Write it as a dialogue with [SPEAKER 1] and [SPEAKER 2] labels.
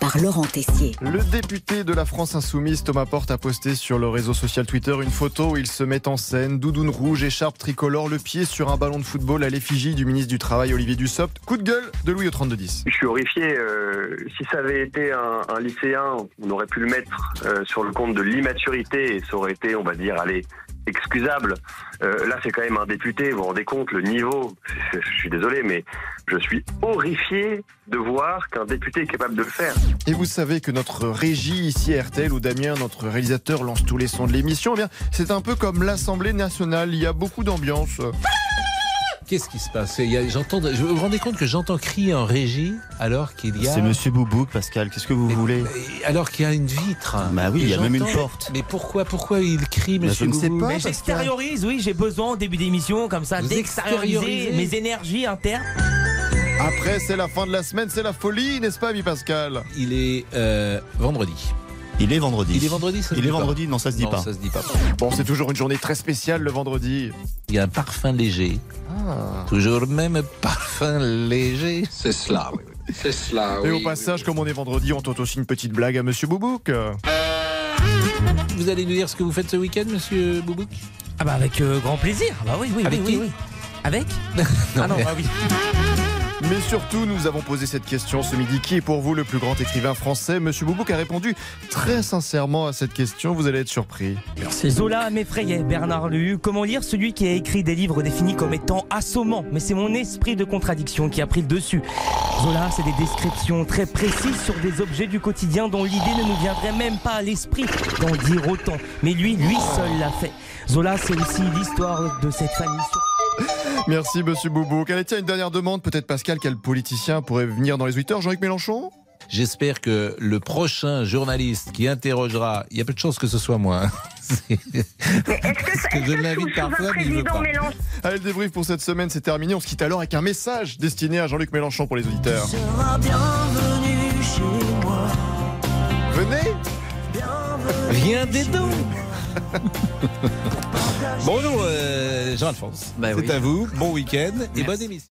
[SPEAKER 1] par Laurent Tessier.
[SPEAKER 2] Le député de la France Insoumise, Thomas Porte, a posté sur le réseau social Twitter une photo où il se met en scène, doudoune rouge, écharpe tricolore, le pied sur un ballon de football à l'effigie du ministre du Travail, Olivier Dussopt. Coup de gueule de Louis au 3210.
[SPEAKER 3] Je suis horrifié. euh, si ça avait été un, un lycéen, on aurait pu le mettre euh, sur le compte de l'immaturité et ça aurait été, on va dire, allez, excusable. Euh, là, c'est quand même un député. Vous vous rendez compte le niveau Je suis désolé, mais je suis horrifié de voir qu'un député est capable de le faire.
[SPEAKER 2] Et vous savez que notre régie ici à RTL, où Damien, notre réalisateur, lance tous les sons de l'émission, eh bien, c'est un peu comme l'Assemblée nationale. Il y a beaucoup d'ambiance.
[SPEAKER 4] Qu'est-ce qui se passe Il y a- J'entends. je- Vous vous rendez compte que j'entends crier en régie alors qu'il y a.
[SPEAKER 5] C'est Monsieur Boubouk, Pascal. Qu'est-ce que vous
[SPEAKER 4] Mais-
[SPEAKER 5] voulez
[SPEAKER 4] mais- Alors qu'il y a une vitre.
[SPEAKER 5] Bah oui,
[SPEAKER 4] Et
[SPEAKER 5] il y a même une
[SPEAKER 4] j'entends-
[SPEAKER 5] porte.
[SPEAKER 4] Mais pourquoi, pourquoi il crie,
[SPEAKER 5] Bah,
[SPEAKER 4] Monsieur
[SPEAKER 5] je ne sais
[SPEAKER 4] Gougou
[SPEAKER 5] pas.
[SPEAKER 6] Mais
[SPEAKER 5] Pascal.
[SPEAKER 6] j'extériorise, oui, j'ai besoin au début d'émission, comme ça,
[SPEAKER 4] Vous
[SPEAKER 6] d'extérioriser
[SPEAKER 4] extériorisez.
[SPEAKER 6] mes énergies internes.
[SPEAKER 2] Après, c'est la fin de la semaine, c'est la folie, n'est-ce pas, ami Pascal
[SPEAKER 4] Il est euh, vendredi.
[SPEAKER 5] Il est vendredi.
[SPEAKER 4] Il est vendredi. Ça se
[SPEAKER 5] Il est
[SPEAKER 4] dit pas.
[SPEAKER 5] vendredi, non, ça se dit
[SPEAKER 4] Non,
[SPEAKER 5] pas.
[SPEAKER 4] ça se dit pas.
[SPEAKER 2] Bon, c'est toujours une journée très spéciale le vendredi.
[SPEAKER 4] Il y a un parfum léger. Toujours le même parfum léger.
[SPEAKER 7] C'est cela, oui. oui. C'est cela,
[SPEAKER 2] Et
[SPEAKER 7] oui,
[SPEAKER 2] au passage,
[SPEAKER 7] oui,
[SPEAKER 2] comme on est vendredi, on tente aussi une petite blague à Monsieur Boubouk.
[SPEAKER 4] Vous allez nous dire ce que vous faites ce week-end, Monsieur Boubouk
[SPEAKER 6] Ah bah avec euh, grand plaisir. Ah bah oui, oui,
[SPEAKER 4] Avec
[SPEAKER 6] oui,
[SPEAKER 4] qui
[SPEAKER 6] oui, oui. Avec Ah non,
[SPEAKER 4] mais-
[SPEAKER 6] bah oui.
[SPEAKER 2] Mais surtout, nous avons posé cette question ce midi. Qui est pour vous le plus grand écrivain français Monsieur Boubouk a répondu très sincèrement à cette question. Vous allez être surpris.
[SPEAKER 6] Zola m'effrayait, Bernard Lu. Comment lire celui qui a écrit des livres définis comme étant assommants Mais c'est mon esprit de contradiction qui a pris le dessus. Zola, c'est des descriptions très précises sur des objets du quotidien dont l'idée ne nous viendrait même pas à l'esprit d'en dire autant. Mais lui, lui seul l'a fait. Zola, c'est aussi l'histoire de cette famille.
[SPEAKER 2] Merci, Monsieur Boubouk. Allez, tiens, une dernière demande. Peut-être, Pascal, quel politicien pourrait venir dans les 8 heures Jean-Luc Mélenchon
[SPEAKER 4] J'espère que le prochain journaliste qui interrogera, il y a peu de chances que ce soit moi. hein. C'est- Parce que je l'invite parfois, mais il veut pas.
[SPEAKER 2] Allez, le débrief pour cette semaine, c'est terminé. On se quitte alors avec un message destiné à Jean-Luc Mélenchon pour les auditeurs. Venez
[SPEAKER 4] Rien des deux. Bonjour euh, Jean-Alphonse,
[SPEAKER 6] Bah
[SPEAKER 4] c'est
[SPEAKER 6] oui.
[SPEAKER 4] euh, à vous, bon week-end et bonne émission.